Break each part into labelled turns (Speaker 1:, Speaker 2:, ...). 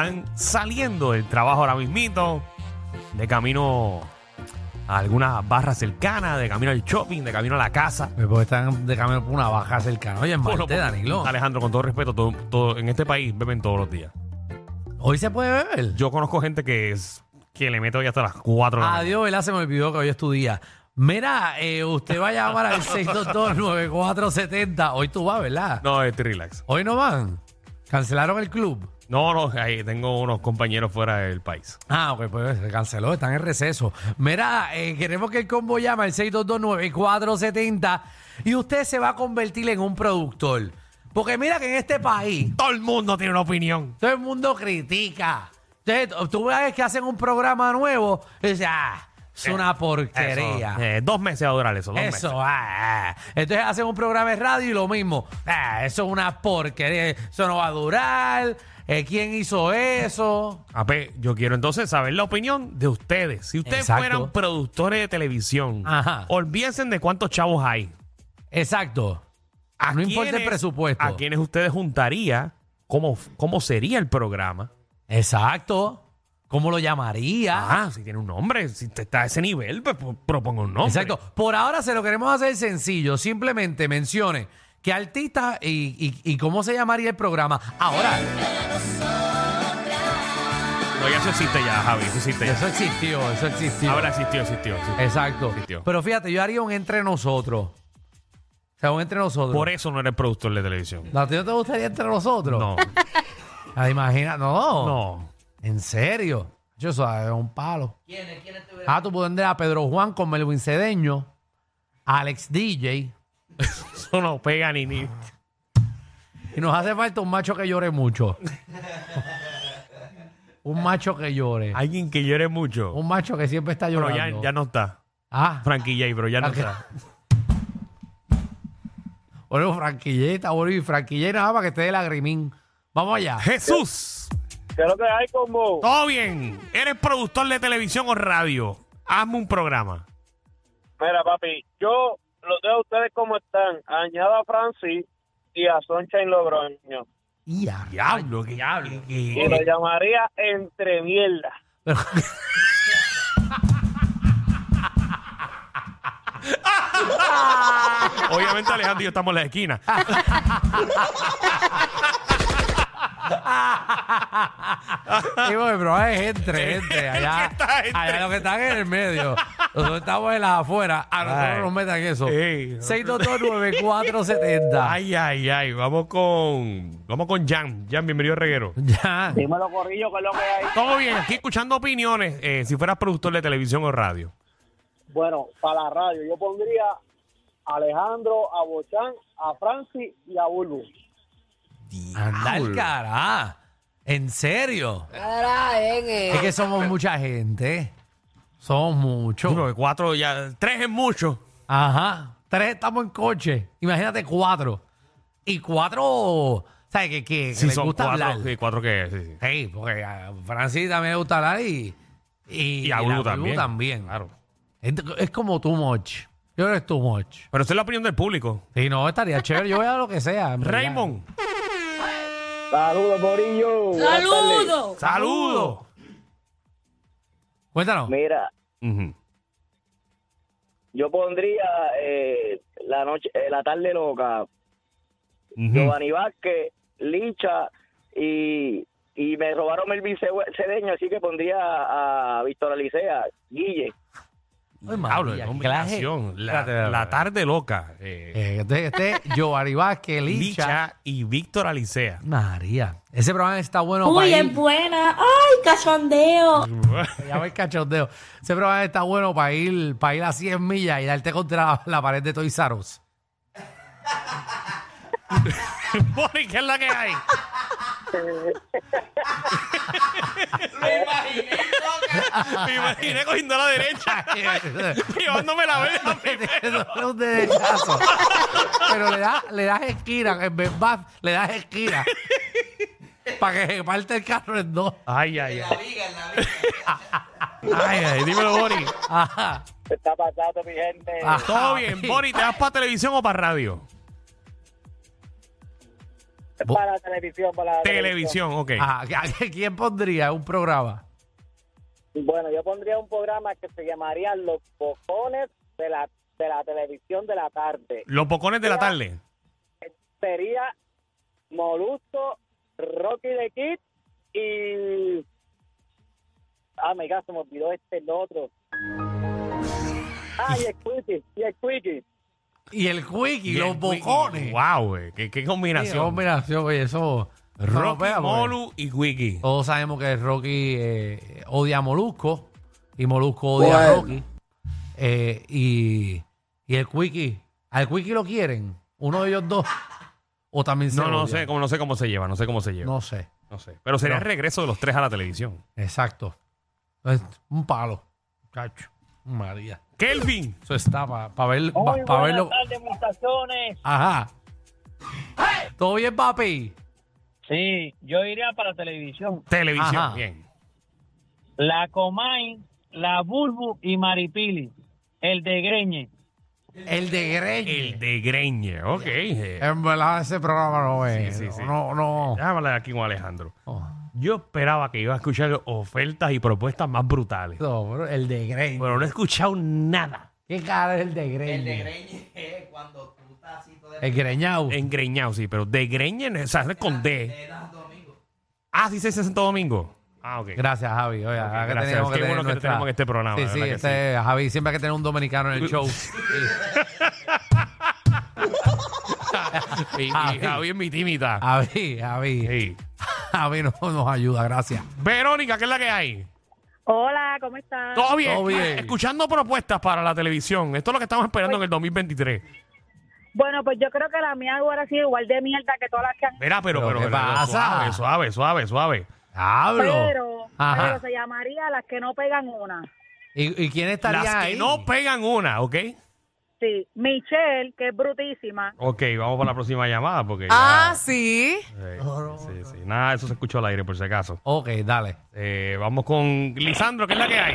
Speaker 1: están saliendo del trabajo ahora mismito, de camino a algunas barras cercanas, de camino al shopping, de camino a la casa.
Speaker 2: Porque Pues, están de camino por una baja cercana. Oye, en
Speaker 1: Por lo
Speaker 2: Marte,
Speaker 1: poco-
Speaker 2: Danilo.
Speaker 1: Alejandro, con todo respeto, todo- todo- en este país beben todos los días.
Speaker 2: Hoy se puede beber.
Speaker 1: Yo conozco gente que es que le mete hoy hasta las 4 de la mañana.
Speaker 2: Adiós, ¿verdad? Se me olvidó que hoy es tu día. Mira, eh, usted va a llamar al 622-9470. Hoy tú vas, ¿verdad?
Speaker 1: No, este relax.
Speaker 2: Hoy no van. Cancelaron el club.
Speaker 1: No, no, ahí tengo unos compañeros fuera del país.
Speaker 2: Ah, ok, pues se canceló, están en receso. Mira, eh, queremos que el combo llame al 6229470 y usted se va a convertir en un productor. Porque mira que en este país
Speaker 1: Todo el mundo tiene una opinión.
Speaker 2: todo el mundo critica. Entonces, tú- tú ves que hacen un programa nuevo y dices, ah, es una porquería.
Speaker 1: Eh, Eso, eh, dos meses va a durar eso. Dos meses.
Speaker 2: Eso, ah, ah. entonces hacen un programa de radio y lo mismo. Ah, eso es una porquería, eso no va a durar. Eh, ¿Quién hizo eso?
Speaker 1: Ape, yo quiero entonces saber la opinión de ustedes. Si ustedes
Speaker 2: Exacto.
Speaker 1: fueran productores de televisión,
Speaker 2: Ajá.
Speaker 1: olvídense de cuántos chavos hay.
Speaker 2: Exacto. no importa el
Speaker 1: quiénes-
Speaker 2: presupuesto.
Speaker 1: A quienes ustedes juntaría, cómo, cómo sería el programa.
Speaker 2: Exacto. ¿Cómo lo llamaría?
Speaker 1: Ah, si tiene un nombre, si te está a ese nivel, pues pues, propongo un nombre.
Speaker 2: Exacto. Por ahora se lo queremos hacer sencillo. Simplemente mencione qué artista y, y- y cómo se llamaría el programa. Ahora,
Speaker 1: No, ya eso existe ya, Javi. Eso existe ya.
Speaker 2: eso existió, eso existió.
Speaker 1: Ahora existió, existió. existió.
Speaker 2: Exacto.
Speaker 1: Existió.
Speaker 2: Pero fíjate, yo haría un entre nosotros. O sea, un entre nosotros.
Speaker 1: Por eso no eres productor de televisión.
Speaker 2: ¿A ti no te gustaría entre nosotros?
Speaker 1: No,
Speaker 2: Ah, imagina, no.
Speaker 1: no.
Speaker 2: ¿En serio? Yo soy un palo. ¿Quiénes? ¿Quiénes Ah, tú pondrías a Pedro Juan con Melvin Cedeño, Alex DJ.
Speaker 1: Eso no pega ni ni.
Speaker 2: Y nos hace falta un macho que llore mucho. un macho que llore.
Speaker 1: Alguien que llore mucho.
Speaker 2: Un macho que siempre está
Speaker 1: Pero
Speaker 2: llorando.
Speaker 1: ya, ya no está.
Speaker 2: Ah,
Speaker 1: Frankie J, pero ya no
Speaker 2: Ok.
Speaker 1: está.
Speaker 2: bueno, franquilleta, boludo. Y franquilleta nada más que esté de lagrimín. Vamos allá.
Speaker 1: Jesús,
Speaker 3: ¿Qué es lo que hay, combo?
Speaker 1: todo bien. Eres productor de televisión o radio. Hazme un programa.
Speaker 3: Mira, papi, yo los dejo a ustedes como están. Añado a Francis y a Soncha en Logroño.
Speaker 2: Ya.
Speaker 1: Diablo, que diablo.
Speaker 3: Y lo llamaría Entre Mierda.
Speaker 1: Obviamente Alejandro y yo estamos en la esquina.
Speaker 3: Ah.
Speaker 2: Sí, bueno, pero hay entre, entre. Allá,
Speaker 1: ¿Qué está entre?
Speaker 2: allá los que están en el medio. Nosotros estamos en las afueras. A nosotros
Speaker 1: Ay.
Speaker 2: no nos metan eso.
Speaker 1: Ey.
Speaker 2: 6229470.
Speaker 1: Ay, ay, ay. Vamos con. Vamos con Jan. Jan, bienvenido al reguero.
Speaker 2: Ya.
Speaker 3: Dímelo, Corrillo, ¿qué es lo que hay?
Speaker 1: Todo bien, aquí escuchando opiniones. eh, si fueras productor de televisión o radio.
Speaker 3: Bueno, para la radio, yo pondría a Alejandro, a Bochán, a Francis y a Bulbo.
Speaker 2: Anda al
Speaker 1: Diablo.
Speaker 2: cará. ¿En serio?
Speaker 4: Ahora, ven, eh.
Speaker 2: Es que somos mucha gente. Somos muchos.
Speaker 1: Uno de cuatro, ya. Tres es mucho.
Speaker 2: Ajá. Tres estamos en coche. Imagínate cuatro. Y cuatro. ¿Sabes qué? Que, que
Speaker 1: Si
Speaker 2: les
Speaker 1: son
Speaker 2: gusta
Speaker 1: cuatro.
Speaker 2: hablar.
Speaker 1: sí, cuatro que es. sí, sí.
Speaker 2: Sí, porque a Francis también le gusta hablar y. Y,
Speaker 1: Y a
Speaker 2: la
Speaker 1: Bulbo
Speaker 2: Bulbo
Speaker 1: también.
Speaker 2: Claro. Es, es como too much. Yo creo que es too much.
Speaker 1: Pero esa es la opinión del público.
Speaker 2: Si no, estaría chévere. Yo voy a lo que sea.
Speaker 1: Pues
Speaker 2: en verdad.
Speaker 1: Raymond,
Speaker 3: Saludos, Corillo.
Speaker 4: ¡Saludos!
Speaker 1: saludo.
Speaker 2: Cuéntanos.
Speaker 3: Mira,
Speaker 1: Ujú.
Speaker 3: yo pondría eh, la noche, la tarde loca,
Speaker 1: Ujú.
Speaker 3: Giovanni Vázquez, Licha y, y me robaron el vice- cedeño, así que pondría a, a Víctor Alicea, Guille.
Speaker 2: Ay,
Speaker 1: Hablo de
Speaker 2: María, qué clase.
Speaker 1: combinación. La,
Speaker 2: Espérate, espérate,
Speaker 1: la tarde loca. eh,
Speaker 2: Eh, Este, este, Giovanni Vázquez,
Speaker 1: Licha.
Speaker 2: Licha.
Speaker 1: y Víctor Alicea.
Speaker 2: María. Ese programa está bueno para
Speaker 4: Uy,
Speaker 2: ir.
Speaker 4: es buena. ¡Ay, cachondeo!
Speaker 2: Ya ves cachondeo. Ese programa está bueno para ir, para ir a 100 millas y darte contra la, la pared de Toys R Us.
Speaker 1: Boni, ¿qué es la que hay? Me imaginé cogiendo a la derecha, llevándome la verga.
Speaker 2: Eso es un derechazo. Pero le, da- le das esquina, en vez más, le das esquina. Para que se parte el carro en dos.
Speaker 1: Ay, ay, ay. Ay, ay, dímelo, Boni.
Speaker 2: Ajá.
Speaker 3: ¿Qué está pasando, mi gente?
Speaker 2: Ah.
Speaker 1: Todo bien, Boni, ¿te vas para televisión o para radio?
Speaker 2: Bo-
Speaker 3: Para la televisión, para la
Speaker 1: Televisión, ok.
Speaker 2: Ah, ¿a- ¿Quién pondría un programa?
Speaker 3: Bueno, yo pondría un programa que se llamaría Los Bocones de la, de la Televisión de la Tarde.
Speaker 1: Los pocones de la tarde.
Speaker 3: Sería Molusco, Rocky de Kid y... Ah, me caso, me olvidó este, el otro. Ah, y el Quickie, y el Quickie.
Speaker 2: Y el Quickie,
Speaker 1: Bien,
Speaker 2: los bocones.
Speaker 1: Wow, güey. Qué, qué
Speaker 2: Sí,
Speaker 1: combinación.
Speaker 2: combinación, oye, eso. no,
Speaker 1: Rocky,
Speaker 2: pega, porque
Speaker 1: Molu y Wiki.
Speaker 2: Todos sabemos que Rocky eh, odia a Molusco. Y Molusco odia a
Speaker 3: Bueno.
Speaker 2: Rocky. Eh, y, y el Quickie. ¿Al Quickie lo quieren? ¿Uno de ellos dos? ¿O también se
Speaker 1: No, no
Speaker 2: odian?
Speaker 1: sé, cómo, no sé cómo se lleva, no sé cómo se lleva. No,
Speaker 2: No sé.
Speaker 1: sé. Pero sería
Speaker 2: No.
Speaker 1: el regreso de los tres a la televisión.
Speaker 2: Exacto. Es un palo. Cacho. María.
Speaker 1: Kelvin.
Speaker 2: Eso está para ver, pa-
Speaker 3: Muy
Speaker 2: pa verlo.
Speaker 3: buenas tardes, muchachones.
Speaker 2: Ajá. ¿Todo bien, papi?
Speaker 3: Sí, yo iría para la televisión.
Speaker 1: Televisión,
Speaker 2: Ajá.
Speaker 1: bien.
Speaker 3: La Comay, la Bulbu y Maripili. El de Greñe.
Speaker 2: El de Greñe.
Speaker 1: El de Greñe, ok. eh.
Speaker 2: En verdad, ese programa no es.
Speaker 1: Sí, sí, sí.
Speaker 2: No, no.
Speaker 1: Déjame hablar aquí con Alejandro.
Speaker 2: Oh,
Speaker 1: Yo esperaba que iba a escuchar ofertas y propuestas más brutales.
Speaker 2: no, pero el de Greñe.
Speaker 1: Pero no he escuchado nada.
Speaker 2: ¿Qué cara es el de Greñe? El de Greñe es cuando tú estás así todo El Eh, greñao.
Speaker 1: Engreñado, sí, pero de Greñe, o sea, con D. Ah, sí, sí, sí, Santo Domingo. Ah, ok.
Speaker 2: Gracias, Javi. Oye, ahora que
Speaker 1: gracias.
Speaker 2: tenemos
Speaker 1: Qué
Speaker 2: tener
Speaker 1: bueno que te tenemos en este programa,
Speaker 2: Sí,
Speaker 1: de
Speaker 2: sí,
Speaker 1: verdad que
Speaker 2: este, Javi, siempre hay que tener un dominicano en el show.
Speaker 1: Y, y
Speaker 2: Javi.
Speaker 1: Javier, mi tímida.
Speaker 2: Javi, Javi.
Speaker 1: Sí.
Speaker 2: Javi nos, nos ayuda, gracias.
Speaker 1: Verónica, ¿qué es la que hay?
Speaker 5: Hola, ¿cómo están?
Speaker 1: Todo bien. Ah,
Speaker 2: Todo bien.
Speaker 1: Escuchando propuestas para la televisión. Esto es lo que estamos esperando
Speaker 2: Pues-
Speaker 1: en el 2023.
Speaker 5: Bueno, pues yo creo que la mía ahora sí igual de mierda que todas las que han...
Speaker 1: Verá, pero,
Speaker 2: ¿Pero
Speaker 1: pero,
Speaker 2: qué
Speaker 1: pero,
Speaker 2: pasa?
Speaker 1: suave, suave, suave, suave.
Speaker 2: Hablo.
Speaker 5: Pero,
Speaker 2: Ajá.
Speaker 5: pero se llamaría las que no pegan una.
Speaker 2: ¿Y, y quién estaría
Speaker 1: Las que
Speaker 2: ahí?
Speaker 1: no pegan una, ¿ok?
Speaker 5: Sí, Michelle, que es brutísima.
Speaker 1: Ok, vamos para la próxima llamada porque...
Speaker 6: Ah,
Speaker 1: ya-
Speaker 6: sí.
Speaker 1: Sí,
Speaker 2: Oh,
Speaker 1: sí, sí. Nada, eso se escuchó al aire por si acaso.
Speaker 2: Ok, dale.
Speaker 1: Eh, vamos con Lisandro, ¿qué es la que hay?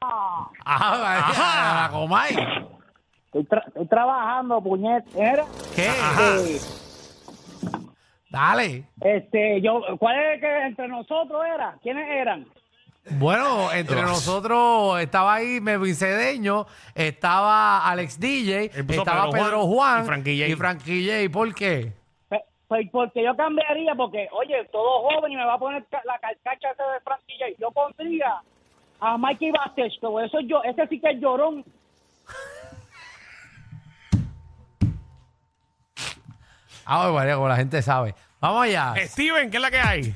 Speaker 2: Ajá,
Speaker 1: Ajá.
Speaker 2: la Comay.
Speaker 3: Estoy, tra- estoy trabajando, puñetera.
Speaker 2: ¿Qué? Dale.
Speaker 3: Este, yo, ¿cuál es el que entre nosotros era? ¿Quiénes eran?
Speaker 2: Bueno, entre nosotros estaba ahí Melvin Cedeño, estaba Alex DJ,
Speaker 1: Empezó
Speaker 2: estaba
Speaker 1: Pedro
Speaker 2: Pedro
Speaker 1: Juan
Speaker 2: Juan,
Speaker 1: y Frankie J.
Speaker 2: y Frankie J. ¿Por qué?
Speaker 3: Pe- pe- Porque yo cambiaría, porque, oye, todo joven y me va a poner ca- la carcacha esa de Franquilla. Yo pondría a Mikey Bastes, pero eso yo, ese sí que es llorón.
Speaker 2: Ah, bueno, María, como la gente sabe. Vamos allá.
Speaker 1: Steven, ¿qué es la que hay?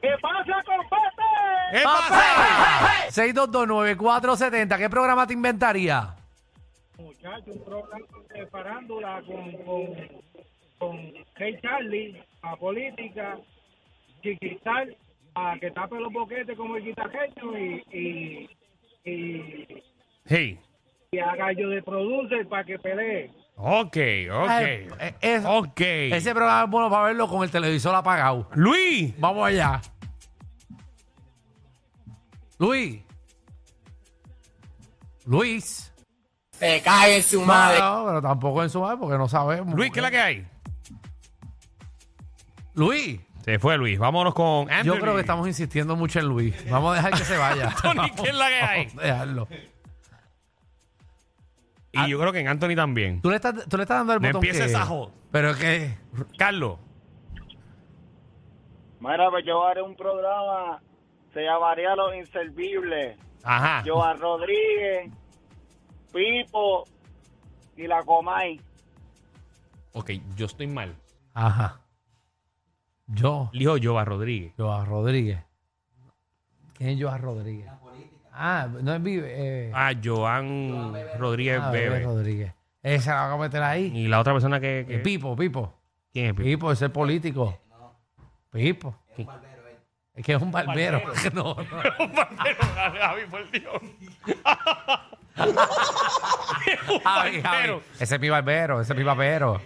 Speaker 3: ¿Qué pasa con Pepe?
Speaker 1: ¿Qué pasa?
Speaker 2: 6229470, ¿qué programa te inventaría?
Speaker 7: muchachos, un programa de farándula con, con, con Hey Charlie, a política, Chiquital, a que tape los boquetes como el guitajeño y, y, y,
Speaker 1: Hey.
Speaker 7: y a Gallo de Producer para que pelee.
Speaker 1: Ok, ok.
Speaker 2: Ay, eh, es-
Speaker 1: ok.
Speaker 2: Ese programa es bueno para verlo con el televisor apagado.
Speaker 1: Luis.
Speaker 2: Vamos allá. Luis. Luis.
Speaker 8: Se cae en su madre.
Speaker 2: No, pero tampoco en su madre porque no sabemos.
Speaker 1: Luis, ¿qué es la que hay?
Speaker 2: Luis.
Speaker 1: Se fue Luis. Vámonos con Anthony.
Speaker 2: Yo creo que estamos insistiendo mucho en Luis. Vamos a dejar que se vaya.
Speaker 1: Tony, ¿qué es la que hay?
Speaker 2: Vamos a dejarlo.
Speaker 1: Y yo creo que en Anthony también.
Speaker 2: Tú le estás, tú le estás dando el
Speaker 1: No
Speaker 2: botón
Speaker 1: empieces
Speaker 2: que-
Speaker 1: a joder.
Speaker 2: Pero es que...
Speaker 1: Carlos.
Speaker 3: Mira, pues yo haré un programa, se llamaría Los Inservibles.
Speaker 1: Ajá.
Speaker 3: Joan Rodríguez, Pipo y la Comay.
Speaker 1: Ok, yo estoy mal.
Speaker 2: Ajá. Yo.
Speaker 1: Elijo Jova Rodríguez.
Speaker 2: Joa Rodríguez. ¿Quién es Joa Rodríguez? Ah, no es vive. eh,
Speaker 1: Ah, Joan Rodríguez
Speaker 2: ah, Bebe
Speaker 1: Bebe.
Speaker 2: Rodríguez. Esa la va a meter ahí.
Speaker 1: Y la otra persona que. que-
Speaker 2: Eh, Pipo, Pipo.
Speaker 1: ¿Quién es? Pipo?
Speaker 2: Pipo, ese es político. Pipo. Es que es un barbero. No, no.
Speaker 1: Javi, por Dios.
Speaker 2: Javi, Javi.
Speaker 1: barbero.
Speaker 2: Ese es mi barbero, ese es mi barbero.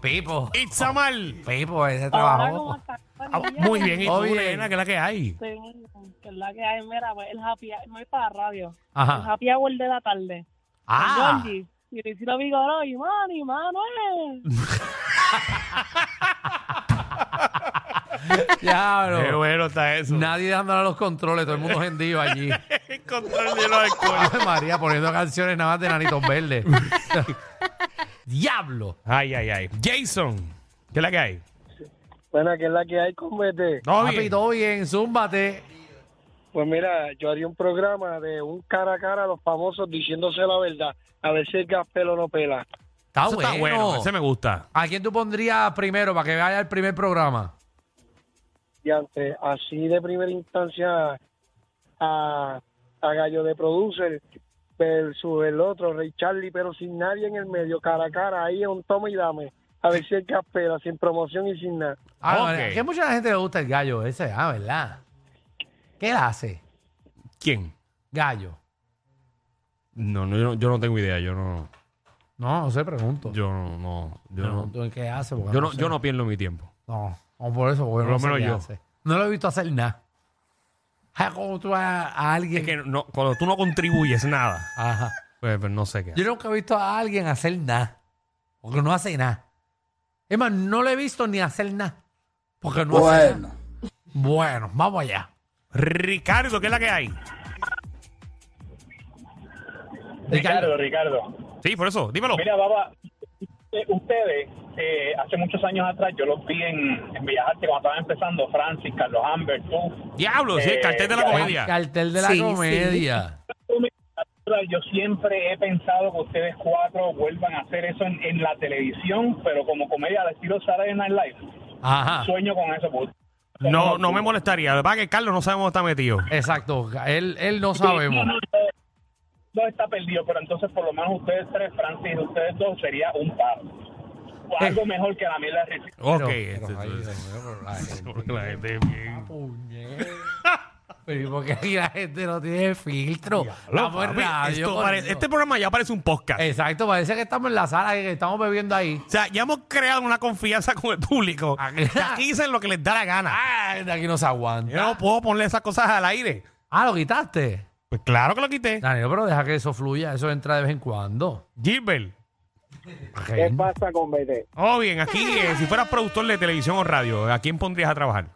Speaker 2: Pipo.
Speaker 1: Itzamal.
Speaker 2: Pipo, ese
Speaker 5: Ahora
Speaker 2: trabajó.
Speaker 1: Ah, Muy bien, ¿y tú,
Speaker 2: Oye.
Speaker 1: nena, que es la que hay?
Speaker 5: que es la que hay, mira, pues, el happy hour, me voy para la radio.
Speaker 2: Ajá.
Speaker 5: El happy hour de la tarde.
Speaker 2: Ah.
Speaker 5: Con Georgie. Y le hice la vigoró y mano, y mano, eh.
Speaker 1: Qué
Speaker 2: Diablo.
Speaker 1: bueno está eso.
Speaker 2: Nadie dándole los controles, todo el mundo hendido allí.
Speaker 1: El control de los alcoholes.
Speaker 2: Ave María poniendo canciones nada más de nanitos verdes. Diablo.
Speaker 1: Ay, ay, ay. Jason, ¿qué es la que hay?
Speaker 3: Bueno, que es la que hay con BT.
Speaker 1: No,
Speaker 2: Papi, todo bien, zúmbate.
Speaker 3: Pues mira, yo haría un programa de un cara a cara a los famosos diciéndose la verdad. A ver si el gas pelo no pela.
Speaker 2: Está
Speaker 1: Eso está
Speaker 2: bueno.
Speaker 1: Ah, bueno, ese me gusta.
Speaker 2: ¿A quién tú pondrías primero para que vaya al primer programa?
Speaker 3: Y antes, así de primera instancia a, a Gallo de Producer versus el otro, Ray Charlie, pero sin nadie en el medio, cara a cara, ahí es un toma y dame. A ver si el gas pela, sin promoción y sin nada.
Speaker 1: Ok.
Speaker 2: Ah, Que mucha gente le gusta el gallo ese, ah, ¿verdad? ¿Qué él hace?
Speaker 1: ¿Quién?
Speaker 2: Gallo.
Speaker 1: No, no, yo no, yo no tengo idea. Yo no.
Speaker 2: No, no sé, pregunto.
Speaker 1: Yo no. no, yo,
Speaker 2: No,
Speaker 1: no,
Speaker 2: tú, ¿Qué hace? Porque
Speaker 1: yo, no
Speaker 2: sé.
Speaker 1: yo no pierdo mi tiempo.
Speaker 2: No, no por eso, porque
Speaker 1: Por
Speaker 2: no
Speaker 1: lo
Speaker 2: sé
Speaker 1: menos
Speaker 2: qué
Speaker 1: yo.
Speaker 2: hace. No lo he visto hacer nada. Ja, ¿Cómo tú vas a, a alguien?
Speaker 1: Es que no, cuando tú no contribuyes nada,
Speaker 2: Ajá.
Speaker 1: pues, pues no sé qué.
Speaker 2: Yo nunca he visto a alguien hacer nada. Porque no hace nada. Es más, no lo he visto ni hacer nada. Porque no hace nada. Bueno, vamos allá.
Speaker 1: Ricardo, ¿qué es la que hay?
Speaker 2: Ricardo.
Speaker 6: Ricardo.
Speaker 1: Sí, por eso, dímelo.
Speaker 6: Mira, Baba, eh, ustedes, eh, hace muchos años atrás, yo los vi en, en Bellas Artes cuando estaban empezando, Francis, Carlos Amber, tú.
Speaker 1: Diablo, sí, el
Speaker 6: Eh,
Speaker 1: cartel de la
Speaker 6: ya.
Speaker 1: comedia.
Speaker 2: Cartel de la
Speaker 4: Sí, sí.
Speaker 2: comedia.
Speaker 6: Yo siempre he pensado que ustedes cuatro vuelvan a hacer eso en, en la televisión, pero como comedia al estilo Saturday Night Live.
Speaker 2: Ajá.
Speaker 6: Sueño con eso. pues. porque-
Speaker 1: No, no me molestaría. Lo que pasa es que Carlos no sabemos dónde está metido.
Speaker 2: Exacto. Él, él no sabemos.
Speaker 6: No, no, no, no está perdido, pero entonces por lo menos ustedes tres, Francis, ustedes dos, sería un par. O Algo mejor que la mierda de
Speaker 1: Ok.
Speaker 2: Pero- pero,
Speaker 1: este-
Speaker 2: ay, Dios mío, pero la gente-
Speaker 1: la gente es bien-
Speaker 2: Puñet. Pero ¿y por qué aquí la gente no tiene filtro?
Speaker 1: Ah,
Speaker 2: Estamos en
Speaker 1: Papi,
Speaker 2: radio,
Speaker 1: esto
Speaker 2: coño.
Speaker 1: parece- este programa ya parece un podcast.
Speaker 2: Exacto, parece que estamos en la sala y que estamos bebiendo ahí.
Speaker 1: O sea, ya hemos creado una confianza con el público.
Speaker 2: Ah,
Speaker 1: que Aquí pues. dicen lo que les da la gana.
Speaker 2: Ay, de aquí no se aguanta.
Speaker 1: Yo no puedo poner esas cosas al aire.
Speaker 2: Ah, lo quitaste.
Speaker 1: Pues claro que lo quité.
Speaker 2: Danilo, pero deja que eso fluya, eso entra de vez en cuando.
Speaker 1: Gilbert.
Speaker 3: ¿Qué pasa con BT?
Speaker 1: Oh, bien, aquí, eh, si fueras productor de televisión o radio, ¿a quién pondrías a trabajar?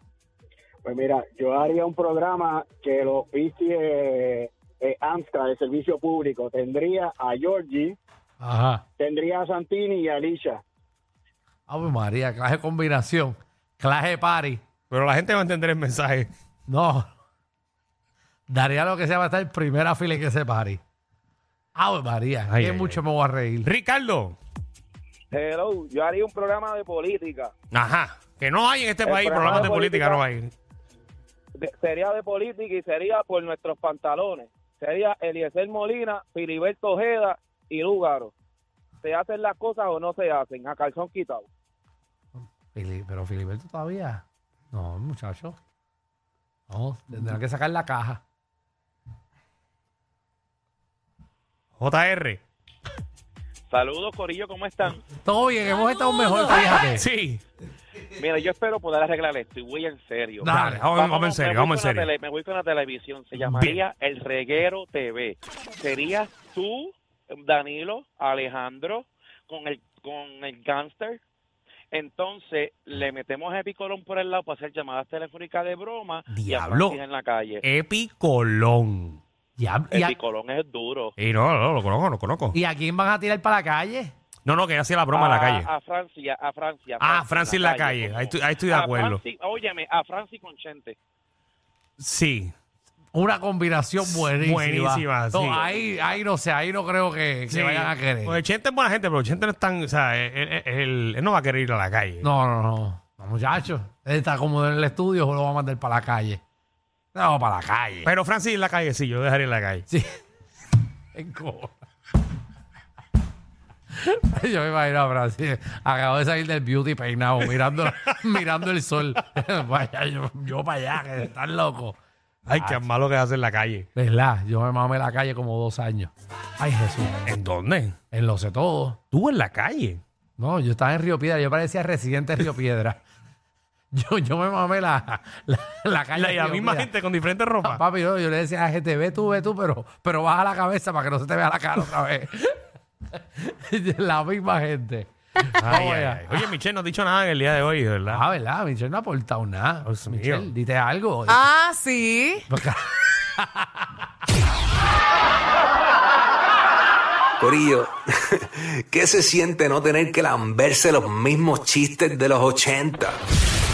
Speaker 3: Pues mira, yo haría un programa que lo oficie eh, eh, Amstra de servicio público. Tendría a Georgie,
Speaker 2: Ajá.
Speaker 3: tendría a Santini y a Alicia.
Speaker 2: Ave María, clase de combinación, clase de party.
Speaker 1: Pero la gente va a entender el mensaje.
Speaker 2: No. Daría lo que sea para estar en primera fila y que se pare. Ave María,
Speaker 1: Ay,
Speaker 2: que
Speaker 1: ay,
Speaker 2: mucho me voy a reír.
Speaker 1: Ricardo.
Speaker 3: Hello, yo haría un programa de política.
Speaker 1: Ajá. Que no hay en este
Speaker 3: El
Speaker 1: país
Speaker 3: programa
Speaker 1: programas de
Speaker 3: de
Speaker 1: política,
Speaker 3: política.
Speaker 1: no hay.
Speaker 3: De- sería de política y sería por nuestros pantalones. Sería Eliezer Molina, Filiberto Ojeda y Lúgaro. ¿Se hacen las cosas o no se hacen? A calzón quitado.
Speaker 2: Fili- Pero Filiberto todavía. No, muchacho. No, tendrán que sacar la caja.
Speaker 1: JR.
Speaker 9: Saludos, Corillo, ¿cómo están?
Speaker 2: Todo bien, hemos estado mejor, fíjate.
Speaker 1: Sí.
Speaker 9: Mira, yo espero poder arreglar esto y voy en serio.
Speaker 1: Dale, vamos, vamos en serio,
Speaker 9: me voy
Speaker 1: vamos en
Speaker 9: con la
Speaker 1: serio.
Speaker 9: tele- me voy con la televisión, se llamaría El Reguero TV. Serías tú, Danilo, Alejandro, con el, con el gangster. Entonces, le metemos a Epicolón por el lado para hacer llamadas telefónicas de broma y a
Speaker 1: Diablo. Eh,
Speaker 9: Francis en la calle.
Speaker 1: Epicolón.
Speaker 2: Diablo, ¿Y, a,
Speaker 9: Epicolón es duro.
Speaker 1: Y no, no, lo conozco, lo conozco.
Speaker 2: ¿Y a quién van a tirar para la calle?
Speaker 1: No, no, que hacía la broma en la
Speaker 2: Ah,
Speaker 9: A-
Speaker 1: calle.
Speaker 9: A Francia, a Francia.
Speaker 1: Ah, Francis en la calle.
Speaker 9: como-
Speaker 1: Ahí estoy- ahí estoy de
Speaker 9: a
Speaker 1: acuerdo.
Speaker 9: Francis- óyeme, a Francis Conchente.
Speaker 1: Sí.
Speaker 2: Una combinación buenísima.
Speaker 1: Buenísima,
Speaker 2: No,
Speaker 1: sí.
Speaker 2: ahí, ahí no sé, ahí no creo que, que
Speaker 1: sí.
Speaker 2: vayan a querer.
Speaker 1: Pues Chente es buena gente, pero Chente no es tan. O sea, él, él- él- él no va a querer ir a la calle.
Speaker 2: No, no, no. No, muchacho. Él está cómodo en el estudio, lo va a mandar para la calle. No, para la calle.
Speaker 1: Pero Francis en la calle, sí, yo dejaría en la calle.
Speaker 2: Sí. En Cuba. Yo me imagino a Francis, acabo de salir del beauty peinado, mirando, mirando el sol. Vaya, yo, para allá, que están loco.
Speaker 1: Ay,
Speaker 2: Ah,
Speaker 1: qué malo que hace en la calle.
Speaker 2: ¿Verdad? Yo me mamé la calle como dos años. Ay, Jesús.
Speaker 1: ¿En dónde?
Speaker 2: En lo sé todo.
Speaker 1: Tú en la calle.
Speaker 2: No, yo estaba en Río Piedra, yo parecía residente de Río Piedra. Yo, yo me mamé la, la, la calle.
Speaker 1: La,
Speaker 2: de
Speaker 1: y la
Speaker 2: Río
Speaker 1: misma
Speaker 2: Piedra.
Speaker 1: gente con diferentes
Speaker 2: Pa-
Speaker 1: ropas.
Speaker 2: Papi, yo, yo le decía a la gente, ve tú, ve tú, pero, pero baja la cabeza para que no se te vea la cara otra vez. la misma gente.
Speaker 1: Ay,
Speaker 2: Vamos
Speaker 1: ay,
Speaker 2: allá.
Speaker 1: ay. Oye, Michelle no ha dicho nada en el día de hoy, ¿verdad?
Speaker 2: Ah, ¿verdad? Michelle no ha aportado nada.
Speaker 1: Dios mío.
Speaker 2: Michelle, dite algo.
Speaker 5: Ah, sí.
Speaker 6: Corillo, ¿qué se siente no tener que lamberse los mismos chistes de los 80?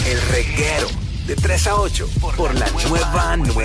Speaker 6: El reguero de 3 a 8 por la nueva nueva.